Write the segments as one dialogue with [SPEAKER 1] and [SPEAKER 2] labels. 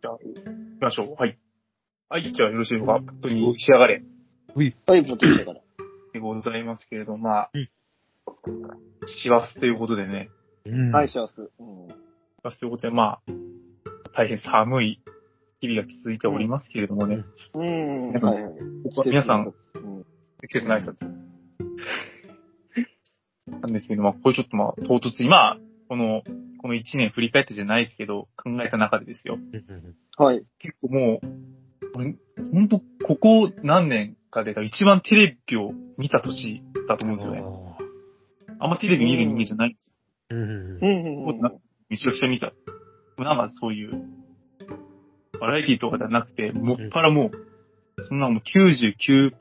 [SPEAKER 1] きましょう。はい。はい、じゃあよろしいでしょうか。プットに仕上がれ。
[SPEAKER 2] どういうことしてから。
[SPEAKER 1] でございますけれど、まあ
[SPEAKER 3] うん、
[SPEAKER 1] 師走ということでね、
[SPEAKER 3] うん
[SPEAKER 2] はい、。幸せ。うん。
[SPEAKER 1] 師走ということで、まあ、大変寒い日々が続いておりますけれどもね、
[SPEAKER 2] うん。
[SPEAKER 1] なんか
[SPEAKER 2] はいはい。
[SPEAKER 1] 僕は皆さん、
[SPEAKER 2] うん。
[SPEAKER 1] 季節の挨拶。なんですけど、まあ、これちょっとまあ、唐突に、まあ、この、この一年振り返ってじゃないですけど、考えた中でですよ。
[SPEAKER 2] はい。
[SPEAKER 1] 結構もう、俺、ほんと、ここ何年かで一番テレビを見た年だと思うんですよね。あんまテレビ見る人間じゃないんですよ。
[SPEAKER 3] うん
[SPEAKER 2] う。んうんうん。
[SPEAKER 1] めちゃくちゃ見た。なんかそういう、バラエティとかじゃなくて、もっぱらもう、そんなもう99%、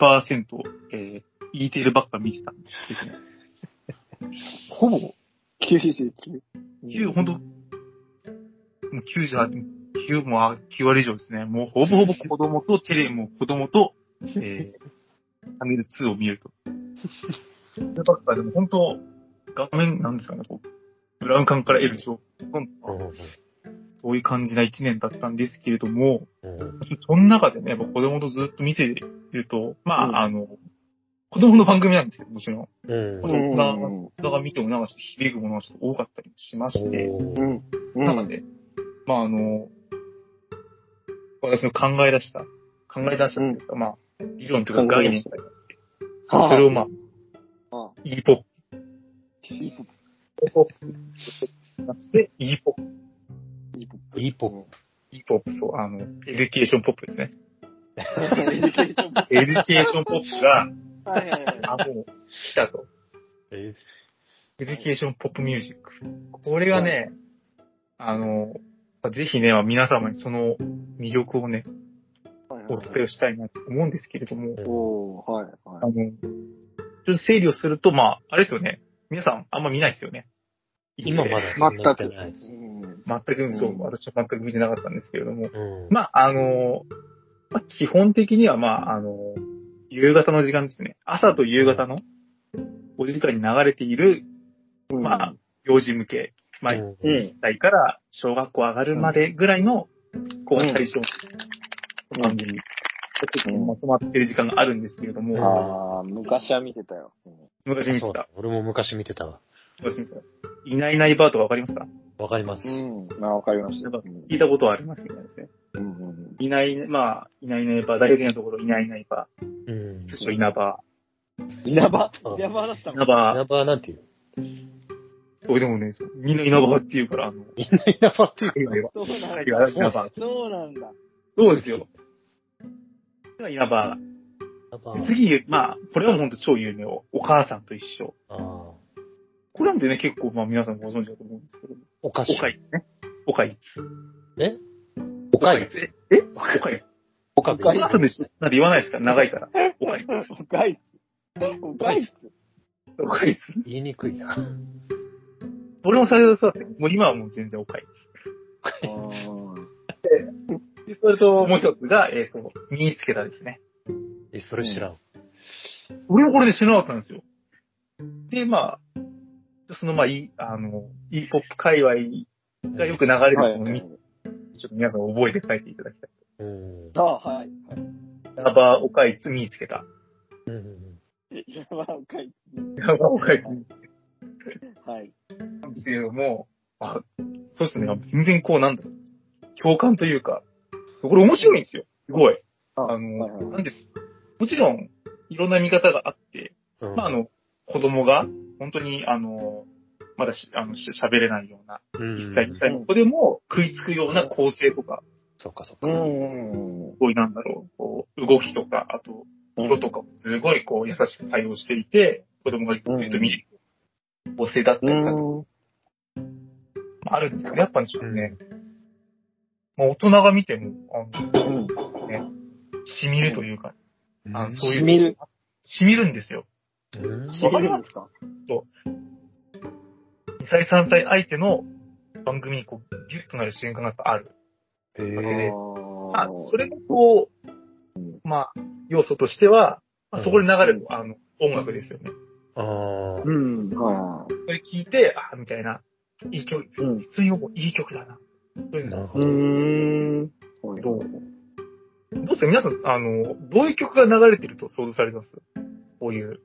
[SPEAKER 1] えー、E テレばっか見てたんですね。ほぼ、
[SPEAKER 2] 99。
[SPEAKER 1] 9、ほんと、もう98、9もあ9割以上ですね。もうほぼほぼ子供と、テレビも子供と、えー、チャンネル2を見ると。で、ばっかでも本当、画面なんですかね、こう、ブラウン管から得る情報、そういう感じな一年だったんですけれども、 その中でね、やっぱ子供とずっと見てると、まあ、
[SPEAKER 2] うん
[SPEAKER 1] あの、子供の番組なんですけど、もちろん。
[SPEAKER 3] うん。
[SPEAKER 1] うん大人が見てもなんかちょっと響くものがちょっと多かったりしまして、
[SPEAKER 2] うん。うん。うん。
[SPEAKER 1] なので、まああの、私の考え出した、考え出したというか、まあ、理論というか
[SPEAKER 2] 考え
[SPEAKER 1] 概
[SPEAKER 2] 出
[SPEAKER 1] 念
[SPEAKER 2] し
[SPEAKER 1] というか
[SPEAKER 2] はあ
[SPEAKER 1] それをまあ、
[SPEAKER 2] はあ
[SPEAKER 1] e ポップ
[SPEAKER 2] いいポップ
[SPEAKER 1] e ポップなして、e ポップ、
[SPEAKER 2] いいポップ
[SPEAKER 3] いいポッ
[SPEAKER 1] e ポップと、あの、エデュケーションポップで すね。
[SPEAKER 2] エデュケーションポッ
[SPEAKER 1] エデュケーションポップが、
[SPEAKER 2] プはいはいはい。
[SPEAKER 1] あ、もう、来たと。
[SPEAKER 3] え
[SPEAKER 1] エデュケーションポップミュージック。これがね、あの、ぜひね、まあ皆様にその魅力をね、
[SPEAKER 2] はいはい
[SPEAKER 1] お伝えをしたいなと思うんですけれども、
[SPEAKER 2] おー、はいは
[SPEAKER 1] あ
[SPEAKER 2] い。
[SPEAKER 1] の、ちょっと整理をすると、まあ、あれですよね。皆さん、あんま見ないですよね。
[SPEAKER 3] 今まだ。
[SPEAKER 2] うん
[SPEAKER 1] 全く、そうう、
[SPEAKER 2] ん
[SPEAKER 1] 私は全く見てなかったんですけれども。
[SPEAKER 3] うん。
[SPEAKER 1] まあ、あの、まあ、基本的には、まあ、あの、夕方の時間ですね。朝と夕方のお時間に流れている、
[SPEAKER 2] うん
[SPEAKER 1] まあ、幼児向け、まあ、
[SPEAKER 3] うん
[SPEAKER 2] うん。
[SPEAKER 1] 代から小学校上がるまでぐらいの、こう、
[SPEAKER 2] うん
[SPEAKER 1] 対象の番組、
[SPEAKER 2] うん
[SPEAKER 1] まとまってる時間があるんですけれども、
[SPEAKER 3] うん
[SPEAKER 2] あー、昔は見てたよ。
[SPEAKER 1] 昔見て
[SPEAKER 3] そう
[SPEAKER 1] た
[SPEAKER 3] だ。。俺も昔見てたわ。
[SPEAKER 1] 昔見てた。いないいないバーとかわかりますか
[SPEAKER 3] わかります
[SPEAKER 2] う。ん。まあ、わかりました。
[SPEAKER 1] なんか
[SPEAKER 2] うん
[SPEAKER 1] 聞いたことはありますよね。
[SPEAKER 2] うんうんうん
[SPEAKER 1] いない、まあ、いないいないば、大的なところ、いないいないば、
[SPEAKER 3] うん。
[SPEAKER 1] 通称稲葉。
[SPEAKER 2] 稲葉
[SPEAKER 3] うん
[SPEAKER 2] 稲葉だったの
[SPEAKER 1] 稲葉、
[SPEAKER 3] 稲葉なんていう
[SPEAKER 1] そうでもね、そうみんな稲葉って言うから、あの、
[SPEAKER 3] みんな稲葉っていう
[SPEAKER 1] 稲葉
[SPEAKER 2] そうなんだ。
[SPEAKER 1] 稲葉。
[SPEAKER 2] そうなんだ。
[SPEAKER 1] そうですよ。では稲葉。
[SPEAKER 3] 稲
[SPEAKER 1] で
[SPEAKER 3] 葉。
[SPEAKER 1] 次、まあ、これは本当超有名。お母さんと一緒。
[SPEAKER 3] あ
[SPEAKER 1] これなんてね、結構、まあ皆さんご存知だと思うんですけど、
[SPEAKER 3] おかし
[SPEAKER 1] おかいですね。おかいつ。
[SPEAKER 3] えおかい
[SPEAKER 1] つ。ええおかいつ。
[SPEAKER 3] おか
[SPEAKER 1] お母さんと一緒なんて言わないですから、長いから。おかいつ。
[SPEAKER 2] おかいつ。おかいつ。
[SPEAKER 1] おかいつ。
[SPEAKER 3] 言いにくいな。
[SPEAKER 1] 俺も最初そうだったよもう今はもう全然おかいつ。
[SPEAKER 2] あー
[SPEAKER 1] で、それともう一つが、えっ、と、見つけたですね。
[SPEAKER 3] え、それ知らん。
[SPEAKER 1] 俺もこれで知らなかったんですよ。で、まあ、そのまあ、いあの、e ポップ界隈がよく流れる
[SPEAKER 2] はい
[SPEAKER 1] この3つ、ちょっと皆さん覚えて帰っていただきたい。
[SPEAKER 3] うん。
[SPEAKER 2] あー、はい。
[SPEAKER 1] ラバー、オカイツ、見つけた。
[SPEAKER 3] うん。
[SPEAKER 2] 稲葉おかいつ。
[SPEAKER 1] ラバー、オカイツ、見つ
[SPEAKER 2] はい。
[SPEAKER 1] けたんですけれども、あ、そうですね、全然こう、なんだろう、共感というか、これ面白いんですよ。すごい。
[SPEAKER 2] あ
[SPEAKER 1] あ
[SPEAKER 2] はいはい
[SPEAKER 1] の、なんで、もちろん、いろんな見方があって、
[SPEAKER 3] うん。
[SPEAKER 1] まあ、あの、子供が、本当に、あの、まだし、あの、し喋れないような、
[SPEAKER 3] うん、
[SPEAKER 1] 1歳、2歳の子でも食いつくような構成とか、
[SPEAKER 3] そっかそっか。
[SPEAKER 2] うんうん
[SPEAKER 1] こういうなんだろう、こう、動きとか、あと、
[SPEAKER 2] うん。
[SPEAKER 1] 色とかもすごい、こう、優しく対応していて、子供がずっと見る構成だった
[SPEAKER 2] う
[SPEAKER 1] りだとか
[SPEAKER 2] ん。
[SPEAKER 1] もあるんですけど、やっぱねちょっとね、まあ、大人が見ても、あの、
[SPEAKER 2] うん。
[SPEAKER 1] 染みるというか、あの、そう
[SPEAKER 2] 染
[SPEAKER 1] いう、
[SPEAKER 2] みる。
[SPEAKER 1] 染みるんですよ。
[SPEAKER 3] うん。
[SPEAKER 1] わかります
[SPEAKER 2] か
[SPEAKER 1] 2歳、3歳相手の番組にこう、ギュッとなる瞬間がやっぱある。
[SPEAKER 3] え
[SPEAKER 1] それ
[SPEAKER 3] え
[SPEAKER 1] で
[SPEAKER 2] あ
[SPEAKER 1] あ
[SPEAKER 2] ー、
[SPEAKER 1] それもこ
[SPEAKER 2] うん
[SPEAKER 1] う、まあ、要素としては、まあ
[SPEAKER 3] うん
[SPEAKER 1] そこで流れる、あの、音楽ですよね。
[SPEAKER 3] ああ。
[SPEAKER 2] うん。は
[SPEAKER 1] それ聞いて、ああ、みたいな、いい曲、
[SPEAKER 2] うん
[SPEAKER 1] 水曜もいい曲だな。そういう
[SPEAKER 3] な
[SPEAKER 1] の
[SPEAKER 3] る
[SPEAKER 2] い。
[SPEAKER 3] ほ
[SPEAKER 2] う
[SPEAKER 3] ど。
[SPEAKER 2] ん。
[SPEAKER 1] どうどうですか皆さん、あの、どういう曲が流れてると想像されますこういう、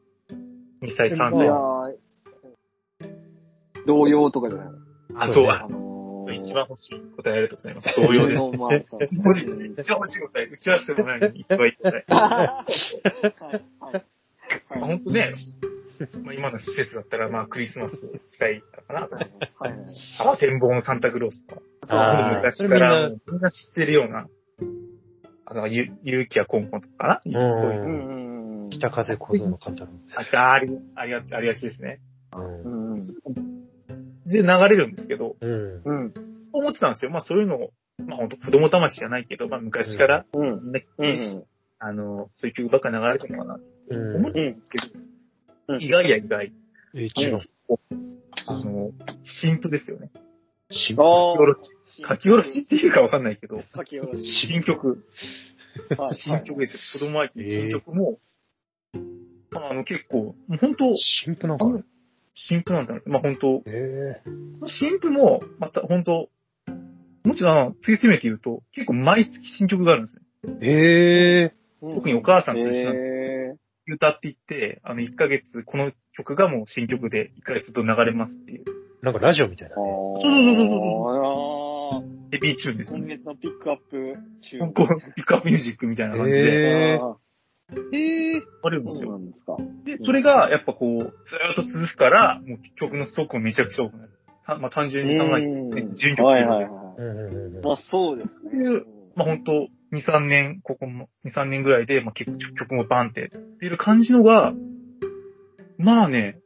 [SPEAKER 1] 2歳、3
[SPEAKER 2] いや
[SPEAKER 1] 歳。
[SPEAKER 2] ー童謡とかじゃないの
[SPEAKER 1] あ、そう、
[SPEAKER 2] あのー、
[SPEAKER 1] 一番欲しい答えありがとうございます。同様です。
[SPEAKER 2] のまあそうですね
[SPEAKER 1] 文字一番欲しい答え、打ち合わせもないのに、いっぱいいっぱい。
[SPEAKER 2] はいはい
[SPEAKER 1] まあ、
[SPEAKER 2] はい
[SPEAKER 1] 本当ね、 まあ、今の季節だったら、まあ、クリスマス近いかなと。
[SPEAKER 2] はいはい
[SPEAKER 1] あ、千本サンタクロースとか。
[SPEAKER 3] あー
[SPEAKER 1] 昔から、もうみんな知ってるような、あの、ゆ、ゆうきやコンコンとかかなそういう
[SPEAKER 3] うんん。
[SPEAKER 2] うんうん。
[SPEAKER 3] 北風小僧のカンタロ
[SPEAKER 1] ああり、ありが、ありがちですね。
[SPEAKER 3] ウ
[SPEAKER 2] う
[SPEAKER 3] うん
[SPEAKER 2] うん。
[SPEAKER 1] で、流れるんですけど、
[SPEAKER 3] ん。
[SPEAKER 2] うん。
[SPEAKER 1] 思ってたんですよ。まあ、そういうのを、まあ、本当子供魂じゃないけど、まあ、昔から、
[SPEAKER 2] うん。
[SPEAKER 1] みんな、
[SPEAKER 2] うん。
[SPEAKER 1] あの、そういう曲ばっか流れてるのかな。
[SPEAKER 3] うん。
[SPEAKER 1] 思ってたんですけど、意外や意外、
[SPEAKER 3] え、違う。
[SPEAKER 1] あの、新譜ですよね。
[SPEAKER 3] し
[SPEAKER 2] あ
[SPEAKER 1] 書き下ろし。書き下ろしっていうかわかんないけど、
[SPEAKER 2] 書き下ろし。
[SPEAKER 1] 新曲。
[SPEAKER 2] はい
[SPEAKER 1] 新曲ですよ。子供相手に新曲も、あの、結構、もう本当、
[SPEAKER 3] 新婦なんかある。
[SPEAKER 1] 新譜なんだなまあ本当、
[SPEAKER 3] ええ。
[SPEAKER 1] その新譜も、また本当、もちろん、突き詰めて言うと、結構毎月新曲があるんですね。
[SPEAKER 3] ええ。
[SPEAKER 1] 特にお母さんと一緒に
[SPEAKER 2] え
[SPEAKER 1] 歌っていって、あの、1ヶ月、この曲がもう新曲で、1ヶ月ずっと流れますっていう、
[SPEAKER 3] なんかラジオみたいな
[SPEAKER 2] ー。あ
[SPEAKER 3] ね。
[SPEAKER 2] ー
[SPEAKER 1] そうそうそうそう
[SPEAKER 2] あ
[SPEAKER 1] ヘビーチューンです
[SPEAKER 2] ー
[SPEAKER 1] よ
[SPEAKER 2] 今
[SPEAKER 1] ね。
[SPEAKER 2] 月のピックアップ中。
[SPEAKER 1] こうピックアップミュージックみたいな感じ
[SPEAKER 3] へ
[SPEAKER 1] で、
[SPEAKER 3] え
[SPEAKER 2] あ
[SPEAKER 3] ええ。
[SPEAKER 1] あるん
[SPEAKER 2] ー
[SPEAKER 1] です
[SPEAKER 2] そうな
[SPEAKER 1] よ。
[SPEAKER 2] んですか。
[SPEAKER 1] で、それが、やっぱこう、ずーっと続くから、もう曲のストックもめちゃくちゃ多くなる。たまあ単純に考えてですね、
[SPEAKER 2] うん
[SPEAKER 1] 10曲。
[SPEAKER 2] はいはいは
[SPEAKER 3] うんうんうん
[SPEAKER 2] い。まあそうですね。
[SPEAKER 1] いうまあ本当2、3年、ここも、2、3年ぐらいで、まあ結構曲もバンって出る感じのが、まあね、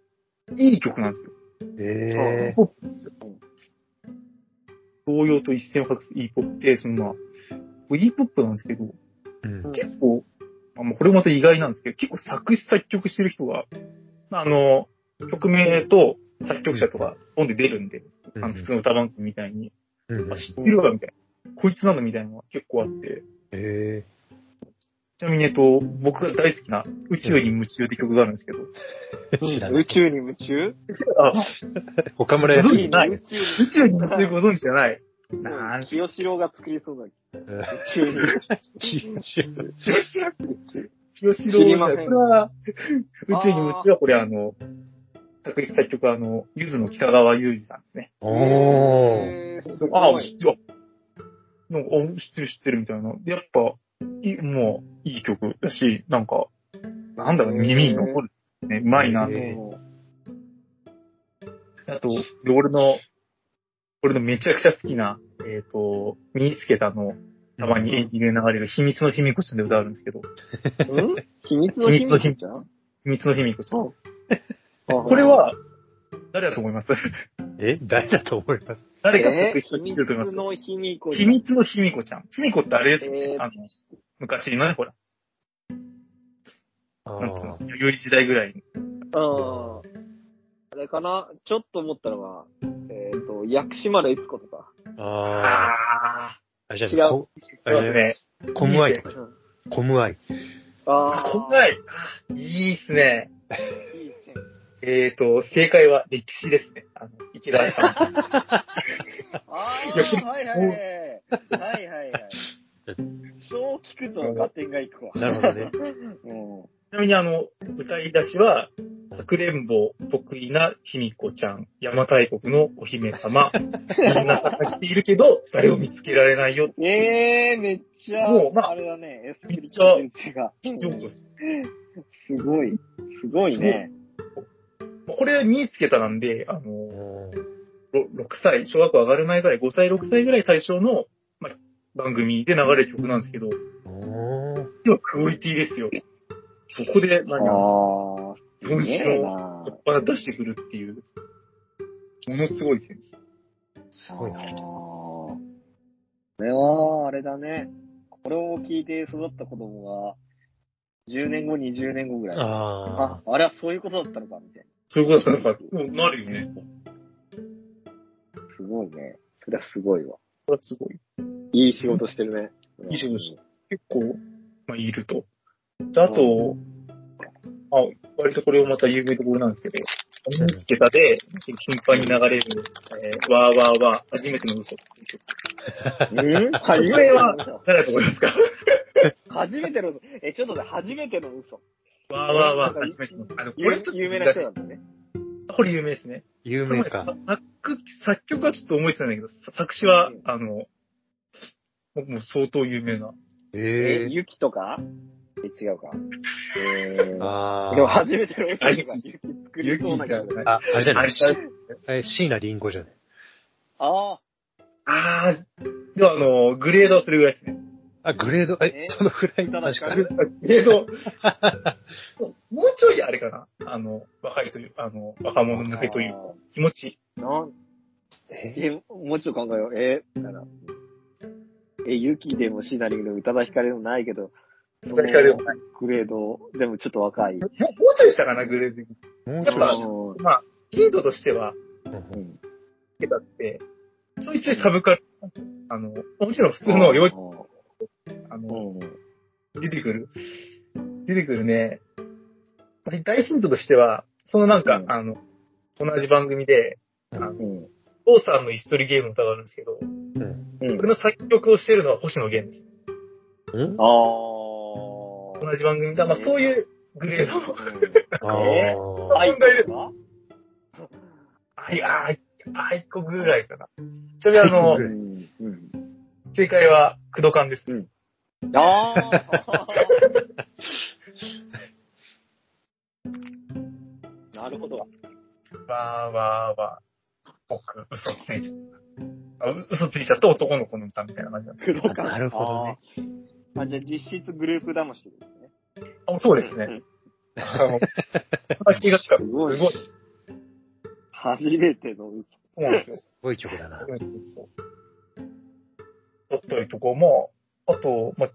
[SPEAKER 1] いい曲なんですよ。
[SPEAKER 3] ええ。
[SPEAKER 1] ポップなんですよ。同様と一線を画す E ポップって、そのまあ、E ポップなんですけど、
[SPEAKER 3] うん
[SPEAKER 1] 結構、まあもうこれまた意外なんですけど、結構作詞作曲してる人が、まああの、曲名と作曲者とか、本で出るんで、あの普通の歌番組みたいに、
[SPEAKER 3] うん
[SPEAKER 1] あ、知ってるわ、みたいな。こいつなのみたいなのが結構あって、
[SPEAKER 3] ええ。
[SPEAKER 1] ちなみに、えっと、僕が大好きな宇宙に夢中って曲があるんですけど。
[SPEAKER 3] 知らな
[SPEAKER 2] 宇
[SPEAKER 3] い。
[SPEAKER 2] 宙に夢中
[SPEAKER 1] あ、
[SPEAKER 3] 岡村康
[SPEAKER 1] 宇宙
[SPEAKER 2] い
[SPEAKER 1] に
[SPEAKER 2] いね
[SPEAKER 3] 美。
[SPEAKER 1] ない
[SPEAKER 2] 宇宙に
[SPEAKER 1] 宇宙に夢中ご存知じゃない。なん
[SPEAKER 2] 清志郎が作りそうだ
[SPEAKER 3] うん
[SPEAKER 2] けど。宇宙に夢中。
[SPEAKER 1] 清志郎じゃない
[SPEAKER 2] 知りません
[SPEAKER 1] これは、宇宙に夢中はこれあの、作詞作曲はあの、ゆずの北川裕二さんですね。
[SPEAKER 3] おー。
[SPEAKER 2] へーす
[SPEAKER 1] あ
[SPEAKER 2] ご
[SPEAKER 1] あ、
[SPEAKER 2] い
[SPEAKER 1] 知ってる。なんか、あ知ってる知ってるみたいな。で、やっぱ、いいもう、いい曲だし、なんか、なんだろう、耳に残る。ね、うまいなと。
[SPEAKER 3] へ
[SPEAKER 1] あと、で俺の、俺のめちゃくちゃ好きな、えっ、と、身につけたの、たまにエンディングで流れる秘密のひみこちゃんで歌あるんですけど、
[SPEAKER 2] うん秘密の秘密ちゃん
[SPEAKER 1] 秘密のひみこちゃん。
[SPEAKER 2] うん
[SPEAKER 1] これ、は、誰だと思います
[SPEAKER 3] え、誰だと思います
[SPEAKER 1] 誰が
[SPEAKER 2] え
[SPEAKER 1] 作
[SPEAKER 2] ー
[SPEAKER 1] 詞作曲してると思います、
[SPEAKER 2] の卑弥呼
[SPEAKER 1] 秘密のひみこちゃん。ひみこってあれですよね
[SPEAKER 2] え。ー
[SPEAKER 1] あの、昔のね、ほら、
[SPEAKER 3] あ
[SPEAKER 1] なんつうの
[SPEAKER 3] あ。、
[SPEAKER 1] 有利時代ぐらいに。
[SPEAKER 2] ああれかなちょっと思ったのは、えっ、と、薬師丸いつことか。
[SPEAKER 3] ああ。
[SPEAKER 1] あ
[SPEAKER 3] あれじゃ
[SPEAKER 2] 違う
[SPEAKER 3] ないこ
[SPEAKER 1] ー、そうで
[SPEAKER 3] コムアイと
[SPEAKER 2] う
[SPEAKER 3] か、
[SPEAKER 2] ん
[SPEAKER 3] コムアイ。
[SPEAKER 1] すね。
[SPEAKER 2] ああ。
[SPEAKER 1] 今回、あいいっすね。
[SPEAKER 2] いい線
[SPEAKER 1] えっ、と、正解は歴史ですね。あの、池田さん。
[SPEAKER 2] あ
[SPEAKER 1] いや
[SPEAKER 2] あ、はいはいはい。はいはいはい。そう聞くと合点がいくわ。
[SPEAKER 3] なるほどね。
[SPEAKER 2] うん
[SPEAKER 1] ちなみにあの、歌い出しは、かくれんぼ得意なひみこちゃん、邪馬台国のお姫様、みんな探しているけ ど、誰も見つけられないよ。
[SPEAKER 2] ええめっちゃ、
[SPEAKER 1] もうまあ
[SPEAKER 2] あれだね、エスク
[SPEAKER 1] め
[SPEAKER 2] リ
[SPEAKER 1] っちゃ
[SPEAKER 2] プトが。
[SPEAKER 1] 上手です。
[SPEAKER 2] すごい、すごいね。
[SPEAKER 1] もうこれにつけたなんで、あの、
[SPEAKER 3] う
[SPEAKER 1] ろ
[SPEAKER 3] ん
[SPEAKER 1] 6歳、小学校上がる前ぐらい、5歳、6歳ぐらい対象の、まあ、番組で流れる曲なんですけど、
[SPEAKER 3] おー
[SPEAKER 1] ではクオリティですよ。そこで、
[SPEAKER 2] あ
[SPEAKER 1] 何か、
[SPEAKER 2] あ、す
[SPEAKER 1] 文
[SPEAKER 2] げ
[SPEAKER 1] 章
[SPEAKER 2] えな
[SPEAKER 1] 突っ張出してくるっていう、ものすごいセンス。
[SPEAKER 3] すごいな
[SPEAKER 2] あー。これは、あれだね。これを聞いて育った子供が、10年後、20年後ぐらい。あ
[SPEAKER 3] あ
[SPEAKER 2] あれはそういうことだったのか、みたい
[SPEAKER 1] そういうことだったのか、もうなるよ
[SPEAKER 2] な。
[SPEAKER 1] ね。
[SPEAKER 2] すごいね。それはすごいわ。
[SPEAKER 1] これはすごい。
[SPEAKER 2] いい仕事してるね。
[SPEAKER 1] いい仕事して結構、まあ、いると。であと、あ、割とこれをまた有名どころなんですけど、
[SPEAKER 3] ん
[SPEAKER 1] 見つけたで、頻繁に流れる、えー、わーわーわー、初めての嘘っていう
[SPEAKER 2] う
[SPEAKER 1] 曲。
[SPEAKER 2] ん初
[SPEAKER 1] これは誰だと思いますか
[SPEAKER 2] 初めての嘘。え、ちょっとね、初めての嘘。
[SPEAKER 1] わーわーわ
[SPEAKER 2] な
[SPEAKER 1] ー、
[SPEAKER 2] んか
[SPEAKER 1] 初めての。あの、こ
[SPEAKER 2] 有
[SPEAKER 1] れちょっと
[SPEAKER 2] 有名な人なんだね。
[SPEAKER 1] これ有名ですね。
[SPEAKER 3] 有名か。
[SPEAKER 1] 作作曲はちょっと思えてたんだけど、さ作詞は
[SPEAKER 2] うん、
[SPEAKER 1] あの、僕も相当有名な。
[SPEAKER 2] え
[SPEAKER 3] え、え。
[SPEAKER 2] ゆきとかえ、違うか。えー、
[SPEAKER 3] あ
[SPEAKER 2] でも
[SPEAKER 3] あ。
[SPEAKER 2] 初めての嘘とか、ゆき作りそうな
[SPEAKER 1] じゃ
[SPEAKER 2] けど。
[SPEAKER 1] ない。
[SPEAKER 3] あ、あれじゃ
[SPEAKER 1] あ
[SPEAKER 3] ない
[SPEAKER 1] れじゃない
[SPEAKER 3] え、椎名林檎じゃない
[SPEAKER 2] ああ、
[SPEAKER 1] あー、ではあの、グレードはそれぐらいですね。
[SPEAKER 3] あ、グレード、え
[SPEAKER 2] え、
[SPEAKER 3] そのくらい
[SPEAKER 2] ただ
[SPEAKER 3] 確かに。
[SPEAKER 1] グレード、もうちょいあれかな。あの、若いという、あの、若者向けという気持ち。
[SPEAKER 2] あー。なん
[SPEAKER 3] え
[SPEAKER 2] え、もうちょっと考えよう。えー、だから。え、ゆきでもシナリングでも宇多田ヒカルでもないけど、その
[SPEAKER 1] 宇多田ヒカルでも
[SPEAKER 2] グレード、でもちょっと若い。
[SPEAKER 1] もうもうちょいしたかな、グレードに。
[SPEAKER 3] もうち
[SPEAKER 1] や
[SPEAKER 3] ょ
[SPEAKER 1] っ
[SPEAKER 3] い
[SPEAKER 2] うん
[SPEAKER 1] ぱまあ、程度としては、
[SPEAKER 2] うん
[SPEAKER 1] けたって、ちょいちょいサブカル、あの、もちろん普通の幼児、あ
[SPEAKER 2] う
[SPEAKER 1] の、
[SPEAKER 2] んうん
[SPEAKER 1] 出てくる。出てくるね。大ヒントとしては、そのなんか、
[SPEAKER 2] うん
[SPEAKER 1] あの、同じ番組で、
[SPEAKER 2] うん。
[SPEAKER 1] お父さんの椅子取りゲームの歌があるんですけど、こ
[SPEAKER 3] うん
[SPEAKER 2] うん
[SPEAKER 1] れの作曲をしてるのは星野源です。
[SPEAKER 3] うん
[SPEAKER 2] あー
[SPEAKER 1] 同じ番組だ。まあ、そういうグレードの。
[SPEAKER 3] あ
[SPEAKER 2] え
[SPEAKER 3] ー
[SPEAKER 1] はい問題です
[SPEAKER 2] は
[SPEAKER 1] あい、あい、あいこぐらいかな。ちなみにあの
[SPEAKER 2] う、んうん
[SPEAKER 1] 正解は、クドカンです。
[SPEAKER 2] あーなるほど。
[SPEAKER 1] わーわーわー。僕、嘘ついちゃった。あう嘘ついちゃった男の子の歌みたいな感じなんです。
[SPEAKER 2] 黒川
[SPEAKER 3] あなるほどね。
[SPEAKER 2] あーあ、じゃあ実質グループ魂ですね。
[SPEAKER 1] あそうですね。あの、気がつか
[SPEAKER 2] す
[SPEAKER 1] す
[SPEAKER 2] ご
[SPEAKER 1] ごい。
[SPEAKER 2] い
[SPEAKER 1] すごい。
[SPEAKER 2] 初めての嘘。
[SPEAKER 1] そうなんですよ。
[SPEAKER 3] すごい曲だな。
[SPEAKER 1] だったりとか、まあ、あと、まあ、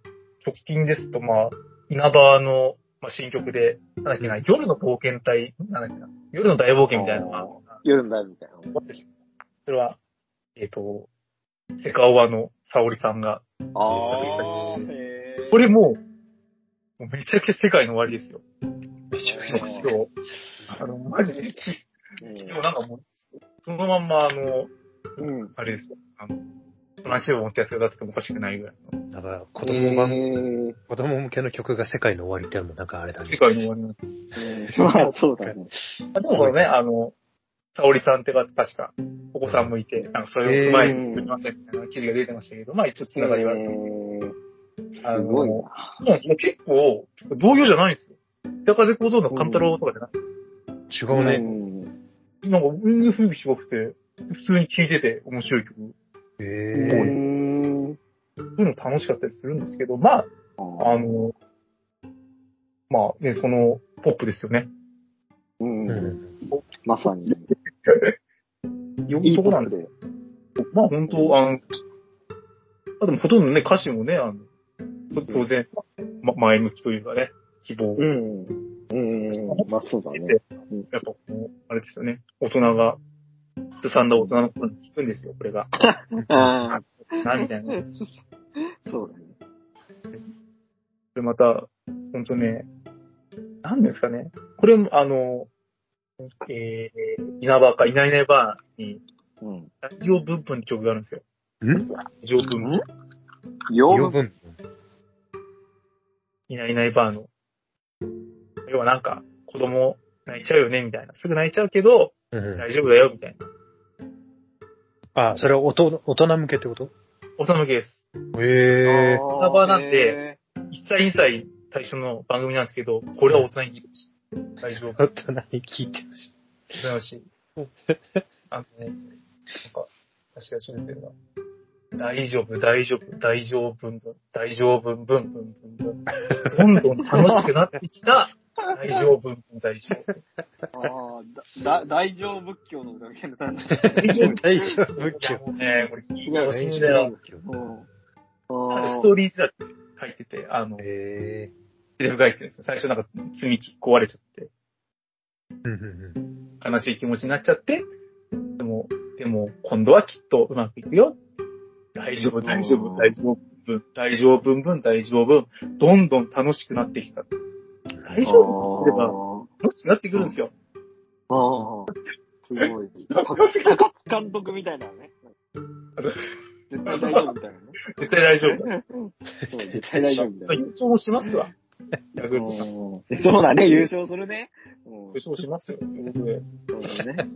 [SPEAKER 1] 直近ですと、まあ、稲葉の、まあ、新曲で、なんだっけな、夜の冒険隊、なんだっけな、夜の大冒険みたいなのが
[SPEAKER 2] あー、夜のライブみたいな。
[SPEAKER 1] あってそれは、えっ、と、セカオワの沙織さんが、
[SPEAKER 2] あ
[SPEAKER 3] あ
[SPEAKER 2] あ、
[SPEAKER 3] ー
[SPEAKER 2] へえ。
[SPEAKER 1] これもう、もうめちゃくちゃ世界の終わりですよ。
[SPEAKER 3] めちゃくち
[SPEAKER 1] 今
[SPEAKER 3] ゃ。
[SPEAKER 1] 日、あの、マジで、き
[SPEAKER 2] うん、
[SPEAKER 1] でもなんかもう、そのまんま、あの、
[SPEAKER 2] うん。
[SPEAKER 1] あれですよ、あの、話を持ってやすくなっててもおかしくないぐらいの。
[SPEAKER 3] だから、子供が、
[SPEAKER 2] え
[SPEAKER 3] 子供向けの曲が世界の終わりってのもなんかあれだね
[SPEAKER 1] 世。界の終わりなんですよ。
[SPEAKER 2] ー、まあ、そうだね。
[SPEAKER 1] あでもこのね、あの、沙織さんって方、確か、お子さんもいて、なんかそれを踏まえてみましたみたいな記事が出てましたけど、まあ一応つながりはあ
[SPEAKER 2] え
[SPEAKER 1] る。
[SPEAKER 2] ー
[SPEAKER 1] あ
[SPEAKER 2] す
[SPEAKER 1] の、
[SPEAKER 2] ごい
[SPEAKER 1] も
[SPEAKER 2] な。
[SPEAKER 1] う結構、同業じゃないんですよ。北風小僧の勘太郎とかじゃない。
[SPEAKER 3] 違うね。
[SPEAKER 2] ね。
[SPEAKER 1] なんか、うん、雰囲気違くて、普通に聴いてて面白い曲。
[SPEAKER 2] う
[SPEAKER 3] ええ。
[SPEAKER 2] ん。
[SPEAKER 1] そういうの楽しかったりするんですけど、まあ、あの、まあね、その、ポップですよ ね。
[SPEAKER 2] うん
[SPEAKER 3] う
[SPEAKER 2] うん。
[SPEAKER 3] ん。
[SPEAKER 2] まさに。
[SPEAKER 1] よくとこなんですよ
[SPEAKER 2] で。
[SPEAKER 1] まあ本当、あの、あでもほとんどね、歌詞もね、あの、当然、ま、前向きというかね、希望を
[SPEAKER 2] う。ん。うん。まあ、そうだね。
[SPEAKER 1] やっぱこう、あれですよね、大人が、すさんだ大人の声に聞くんですよ、これが。
[SPEAKER 2] あ
[SPEAKER 1] あ、そうだな、みたいな。
[SPEAKER 2] そうだね。
[SPEAKER 1] で、また、ほんとね、なんですかね。これも、あの、えー、稲葉か、いないいないばーに、
[SPEAKER 2] うん。
[SPEAKER 1] ラジオブンブンって曲があるんですよ。
[SPEAKER 3] ん
[SPEAKER 1] ラジオブンブン。
[SPEAKER 2] よ
[SPEAKER 3] 余分。
[SPEAKER 1] いないいないばーの。要はなんか、子供、泣いちゃうよね、みたいな。すぐ泣いちゃうけど、
[SPEAKER 3] うん。
[SPEAKER 1] 大丈夫だよ、みたいな。
[SPEAKER 3] あ、それは大人大人向けってこと
[SPEAKER 1] 大人向けです。
[SPEAKER 3] ええ。
[SPEAKER 2] 砂
[SPEAKER 1] 場なんで。1歳2歳対象の番組なんですけど、これは大人に聞いてほしい。大丈夫。
[SPEAKER 3] 大人に聞いてほしい。
[SPEAKER 1] 大人にしい。あのね、なんか、私が知ってるのは、大丈夫、大丈夫、大丈夫、大丈夫、ブンブンブンブン。どんどん楽しくなってきた、大丈夫、大丈夫。
[SPEAKER 2] ああ、だ、だ大乗仏教の裏切りなんだ。
[SPEAKER 3] 大丈夫
[SPEAKER 1] い
[SPEAKER 3] 仏
[SPEAKER 1] や、
[SPEAKER 3] 教。
[SPEAKER 1] もうね、これ聞いてほしいんだよ。
[SPEAKER 3] 大丈夫仏教。
[SPEAKER 2] うん。あ
[SPEAKER 1] ス
[SPEAKER 2] あ
[SPEAKER 1] トーリー字だって書いてて、あの、
[SPEAKER 3] ええ。
[SPEAKER 1] セリフ書いてるんですよ。最初なんか、積み木壊れちゃって。
[SPEAKER 3] うんうんうん。
[SPEAKER 1] 悲しい気持ちになっちゃって、でも、でも、今度はきっとうまくいくよ。大丈夫、大丈夫、大丈夫、大丈夫、大丈夫、どんどん楽しくなってきた。大丈夫って言ってれば、楽しくなってくるんですよ。
[SPEAKER 2] ああ、すごい。高津監督みたいなね。絶対大丈夫みたいなね。
[SPEAKER 4] 絶対大丈夫。
[SPEAKER 2] そう、絶対大丈夫みたい
[SPEAKER 1] 優勝もしますわ。ヤクル
[SPEAKER 2] な
[SPEAKER 1] トさん。優
[SPEAKER 2] うん。そうだね、優勝するね。うん
[SPEAKER 1] 勝しますよ。僕
[SPEAKER 2] そうだね。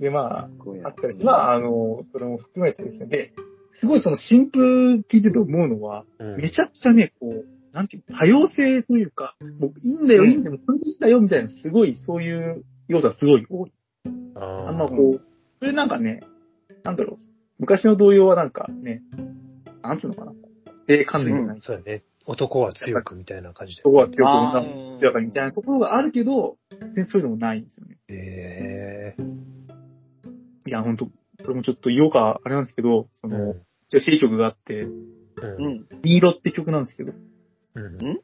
[SPEAKER 1] で、まあ、
[SPEAKER 2] こうや
[SPEAKER 1] あったりして、
[SPEAKER 2] ま
[SPEAKER 1] ま
[SPEAKER 2] あ、
[SPEAKER 1] あ、あの、それも含めてですね。で、すごいその新風聞いてて思うのは、めちゃくちゃね、こう、なんていうの多様性というか、もういいんだよ、
[SPEAKER 4] うん
[SPEAKER 1] いいんだよ、これでいいんだよ、みたいな、すごい、そういうようだ、すごい多い。
[SPEAKER 3] あ
[SPEAKER 1] あ
[SPEAKER 3] あ
[SPEAKER 1] んまこう、それなんかね、なんだろう、昔の童謡はなんかね、なんつうのかな、で、感じない。
[SPEAKER 3] そうだね。男は強くみたいな感じで。
[SPEAKER 1] そこは強く
[SPEAKER 2] あー
[SPEAKER 1] 女も強かみたいなところがあるけど、全然そういうのもないんですよね。
[SPEAKER 3] へえ。
[SPEAKER 1] いや、ほんと、これもちょっと言おうか、あれなんですけど、そうの、
[SPEAKER 3] ん。
[SPEAKER 1] 女子曲があって、
[SPEAKER 2] う。
[SPEAKER 3] うん
[SPEAKER 1] ミイロって曲なんですけど、
[SPEAKER 3] ん。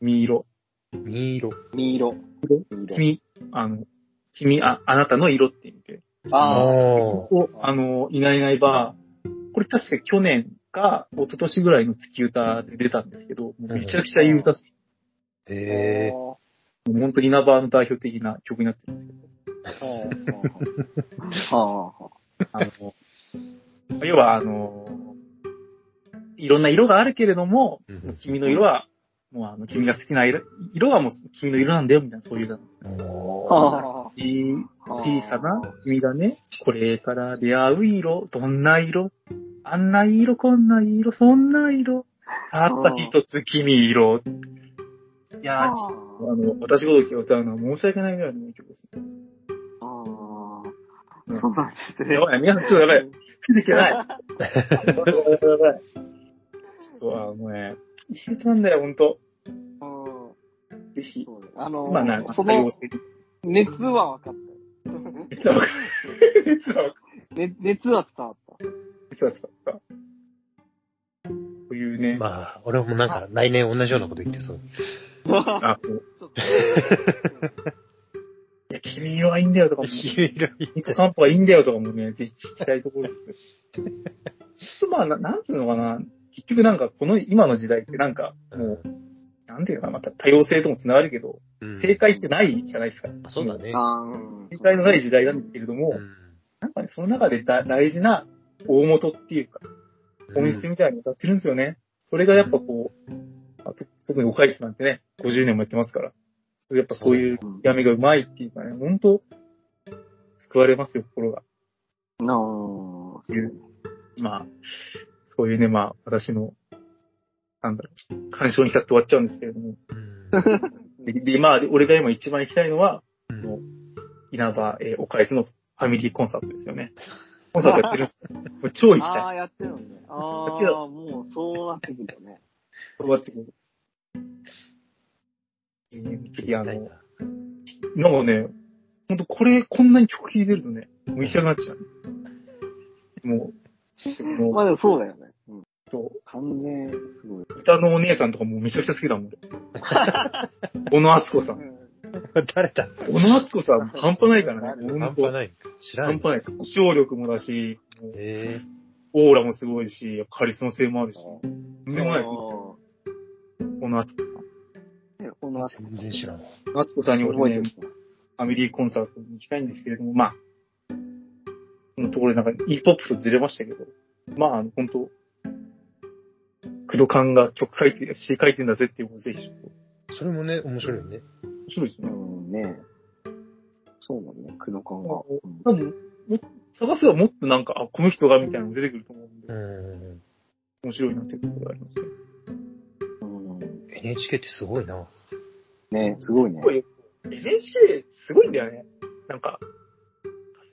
[SPEAKER 1] ミイロ。
[SPEAKER 3] うん。ミイロ。
[SPEAKER 2] 黄色。黄色。
[SPEAKER 1] 君、あの、君、あ、あなたの色って意味で。
[SPEAKER 2] ああ。
[SPEAKER 3] あ
[SPEAKER 1] を、あの、いないいないばあ、これ確か去年か、一昨年ぐらいの月歌で出たんですけど、もうめちゃくちゃいい歌っす、
[SPEAKER 3] あ。へえ。
[SPEAKER 1] もう本当稲葉の代表的な曲になってるんですけど、
[SPEAKER 2] ああ。
[SPEAKER 1] あの、要はあの、いろんな色があるけれども、
[SPEAKER 3] う
[SPEAKER 1] もうん君の色は、もうあの、君が好きな色、色はもう君の色なんだよ、みたいな、そういう歌なんですよ。
[SPEAKER 2] ああ。
[SPEAKER 1] いい小さな君がね、これから出会う色、どんな色あんな色、こんな色、そんな色。たった一つ君色。いやー、あの、私ごときが歌うのは申し訳ないぐらいの名曲ですね。
[SPEAKER 2] ああ。そうなんですね。
[SPEAKER 1] やばい、皆さんちょっとやばい。ついてきてない。やばい、やばい、やばい。ちょっと、あのね、いい歌なんだよ、ほんと。
[SPEAKER 2] うん
[SPEAKER 1] ぜひ。
[SPEAKER 2] そうねあの
[SPEAKER 1] まあ、なんか、
[SPEAKER 2] そ
[SPEAKER 1] 対応
[SPEAKER 2] の
[SPEAKER 1] して
[SPEAKER 2] 熱は分かったよ。
[SPEAKER 1] 実は分かる実は分か
[SPEAKER 2] ね熱は伝わった。
[SPEAKER 1] る実は分かるというね。
[SPEAKER 3] まあ、俺もなんか来年同じようなこと言ってそう。
[SPEAKER 1] あ、そう。
[SPEAKER 2] そう
[SPEAKER 1] いや、君色はいいんだよと かも。
[SPEAKER 3] 黄色い。
[SPEAKER 1] 二個三歩はいいんだよとかもね、ぜひ聞きたいところですよ。 ちょっとまあ、ななんつうのかな。結局なんか、この今の時代ってなんか、もう、なんていうのかな、また多様性とも繋がるけど、
[SPEAKER 3] うん
[SPEAKER 1] 正解ってないじゃないですか。
[SPEAKER 3] そうだね。
[SPEAKER 2] あーうん
[SPEAKER 1] 正解のない時代なんだけれども、なんかね、その中でだ大事な大元っていうか、
[SPEAKER 3] う
[SPEAKER 1] 本
[SPEAKER 3] ん
[SPEAKER 1] 質みたいに歌ってるんですよね。それがやっぱこう、あと特におかいつなんてね、50年もやってますから。やっぱそういうやめがうまいっていうかね、本当救われますよ、心が。
[SPEAKER 2] なあー
[SPEAKER 1] っていう、まあ、そういうね、まあ、私の、なんだろう、干渉に浸って終わっちゃうんですけれども。
[SPEAKER 3] うん
[SPEAKER 1] で、でまあ、俺が今一番行きたいのは、
[SPEAKER 3] うん
[SPEAKER 1] もう稲葉、えー、おかえずのファミリーコンサートですよね。コンサートやってるんですよ。もう超行きたい
[SPEAKER 2] あ。あ、やってるのね。あ
[SPEAKER 1] やっ
[SPEAKER 2] あ
[SPEAKER 1] てる、
[SPEAKER 2] もうそうなってくるよね。
[SPEAKER 1] 終わってくる。えーいや、あ
[SPEAKER 3] ない
[SPEAKER 1] の、
[SPEAKER 3] な
[SPEAKER 1] なんかね、ほんとこれ、こんなに曲聴いてるとね、もう行きたくなっちゃう。も う、
[SPEAKER 2] まあ
[SPEAKER 1] もう、
[SPEAKER 2] でもそうだよね。うん、
[SPEAKER 1] と
[SPEAKER 2] 完全、すごい。
[SPEAKER 1] 歌のお姉さんとかもうめちゃくちゃ好きだもん。俺小野敦子さん。
[SPEAKER 3] 誰だ
[SPEAKER 1] 小野敦子さん、半端ないからね。
[SPEAKER 3] 半
[SPEAKER 1] 本
[SPEAKER 3] 端
[SPEAKER 1] 当
[SPEAKER 3] ないんか。知ら
[SPEAKER 1] 半
[SPEAKER 3] ん。
[SPEAKER 1] 端ない。歌唱力もだし、もう
[SPEAKER 3] え
[SPEAKER 1] オーラもすごいし、カリスマ性もあるし、とんでもないで
[SPEAKER 2] す。
[SPEAKER 1] す。小野敦子さん。
[SPEAKER 2] この
[SPEAKER 3] ー
[SPEAKER 2] 後、
[SPEAKER 3] 全然知らん。
[SPEAKER 1] 小野敦子さんに
[SPEAKER 2] 覚え
[SPEAKER 1] 俺
[SPEAKER 2] て
[SPEAKER 1] ね
[SPEAKER 2] る、。
[SPEAKER 1] ファミリーコンサートに行きたいんですけれども、まあ、このところでなんか E ポップとずれましたけど、まあ、あの、本当工藤勘が曲書いて、詩書いてんだぜっていうのをぜひちょっと、
[SPEAKER 3] それもね、面白いよね。
[SPEAKER 1] 面白いです
[SPEAKER 2] う
[SPEAKER 1] ね。
[SPEAKER 2] ん、ねそうだね、工藤感が。うん
[SPEAKER 1] 多分、も探せばもっとなんか、あ、この人がみたいなの出てくると思うんで
[SPEAKER 3] う、ん。
[SPEAKER 1] 面白いなっていうところがありますね。
[SPEAKER 2] うん、
[SPEAKER 3] NHK ってすごいな。
[SPEAKER 2] ねすごいね
[SPEAKER 1] す。ごい NHK すごいんだよね。なんか、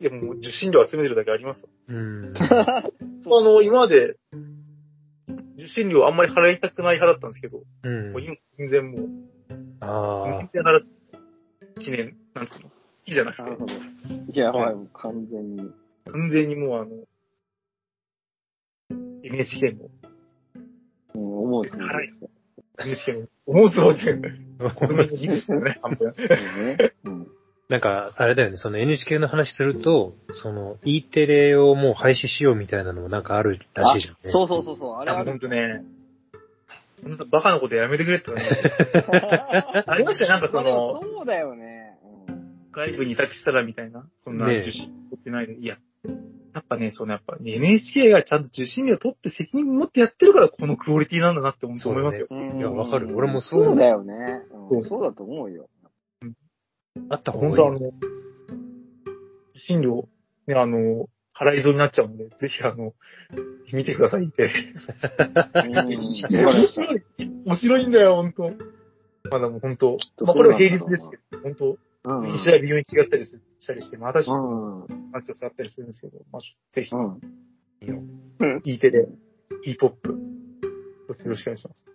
[SPEAKER 1] でももう受信料集めてるだけありますよ。
[SPEAKER 3] うん。
[SPEAKER 1] あの、今まで、受信料あんまり払いたくない派だったんですけど、
[SPEAKER 3] うん
[SPEAKER 1] もう。今全然もう、
[SPEAKER 3] ああ
[SPEAKER 1] 全。然払って、一年、なんつうの、いいじゃなくて
[SPEAKER 2] な、るほど。いや、はい、もう完全に。
[SPEAKER 1] 完全にもうあの、NHK も、
[SPEAKER 2] うん、思うす
[SPEAKER 1] 辛い NHK も、思うつぼ全 部、この技術だね、半分。
[SPEAKER 2] ね。うん。
[SPEAKER 3] なんか、あれだよね、その NHK の話すると、その E テレをもう廃止しようみたいなのもなんかあるらしいじゃんね。
[SPEAKER 2] そうそうそうそう、あれ
[SPEAKER 1] あ
[SPEAKER 2] あ
[SPEAKER 1] の、ほ
[SPEAKER 2] る
[SPEAKER 1] んとね、ほんとバカなことやめてくれって思う ありましたよ、なんかそ
[SPEAKER 2] まあ
[SPEAKER 1] の、
[SPEAKER 2] でもそうだよね。うん
[SPEAKER 1] 外部に託したらみたいな、そんな
[SPEAKER 3] ねえ
[SPEAKER 1] 受信取ってないで、いや、やっぱね、そのやっぱ NHK がちゃんと受信料取って責任持ってやってるからこのクオリティなんだなって思
[SPEAKER 3] そうだ
[SPEAKER 1] い
[SPEAKER 3] ね
[SPEAKER 1] ますよ。
[SPEAKER 2] うん
[SPEAKER 3] いやわかる俺もそう
[SPEAKER 2] そうだよね。
[SPEAKER 1] そ
[SPEAKER 2] うん
[SPEAKER 1] う
[SPEAKER 2] そうだと思うよ。
[SPEAKER 3] あった方がい
[SPEAKER 1] 本
[SPEAKER 3] い
[SPEAKER 1] 当あ
[SPEAKER 3] よ
[SPEAKER 1] の、。受信料、ね、あの、払い損になっちゃうので、ぜひあの、見てくださいって。
[SPEAKER 2] うん
[SPEAKER 1] 面白い。面白いんだよ、本当まだもう本当まあこれは平日ですけど、本当
[SPEAKER 2] うん
[SPEAKER 1] 右下は微妙に違ったりすしたりして、またちょっ
[SPEAKER 2] うんうん。
[SPEAKER 1] と話を触ったりするんですけど、まあぜひ
[SPEAKER 2] う、ん。
[SPEAKER 1] E テレ、E ポップ、一つよろしくお願いします。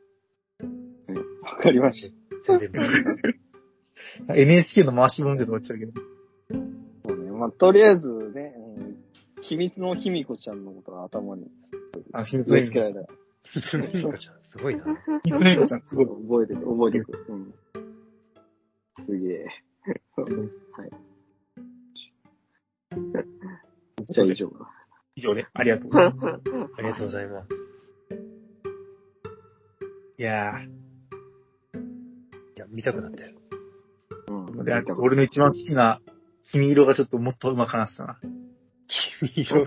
[SPEAKER 2] わかりまし
[SPEAKER 3] 宣 伝部
[SPEAKER 1] NHK の回し分で終わっちゃうけど。
[SPEAKER 2] た。そうね。まあ、とりあえずね、うん秘密のひみこちゃんのことが頭に
[SPEAKER 1] あ、秘密の
[SPEAKER 2] 植え
[SPEAKER 1] 意
[SPEAKER 2] 付けられ
[SPEAKER 1] 味
[SPEAKER 2] た。。
[SPEAKER 3] いい子ちゃんすごいな。
[SPEAKER 1] 秘密の意味ちゃん、すごい。
[SPEAKER 2] 覚えてく、覚えてく。うん。すげえ。じゃあ以上か。
[SPEAKER 1] 以上で、ありがとうございます。
[SPEAKER 3] ありがとうございます。
[SPEAKER 1] いや
[SPEAKER 3] いや、見たく なったよ。
[SPEAKER 2] うん。
[SPEAKER 1] ー、であと俺の一番好きな、君色がちょっともっとうまく話したな。
[SPEAKER 3] 君色。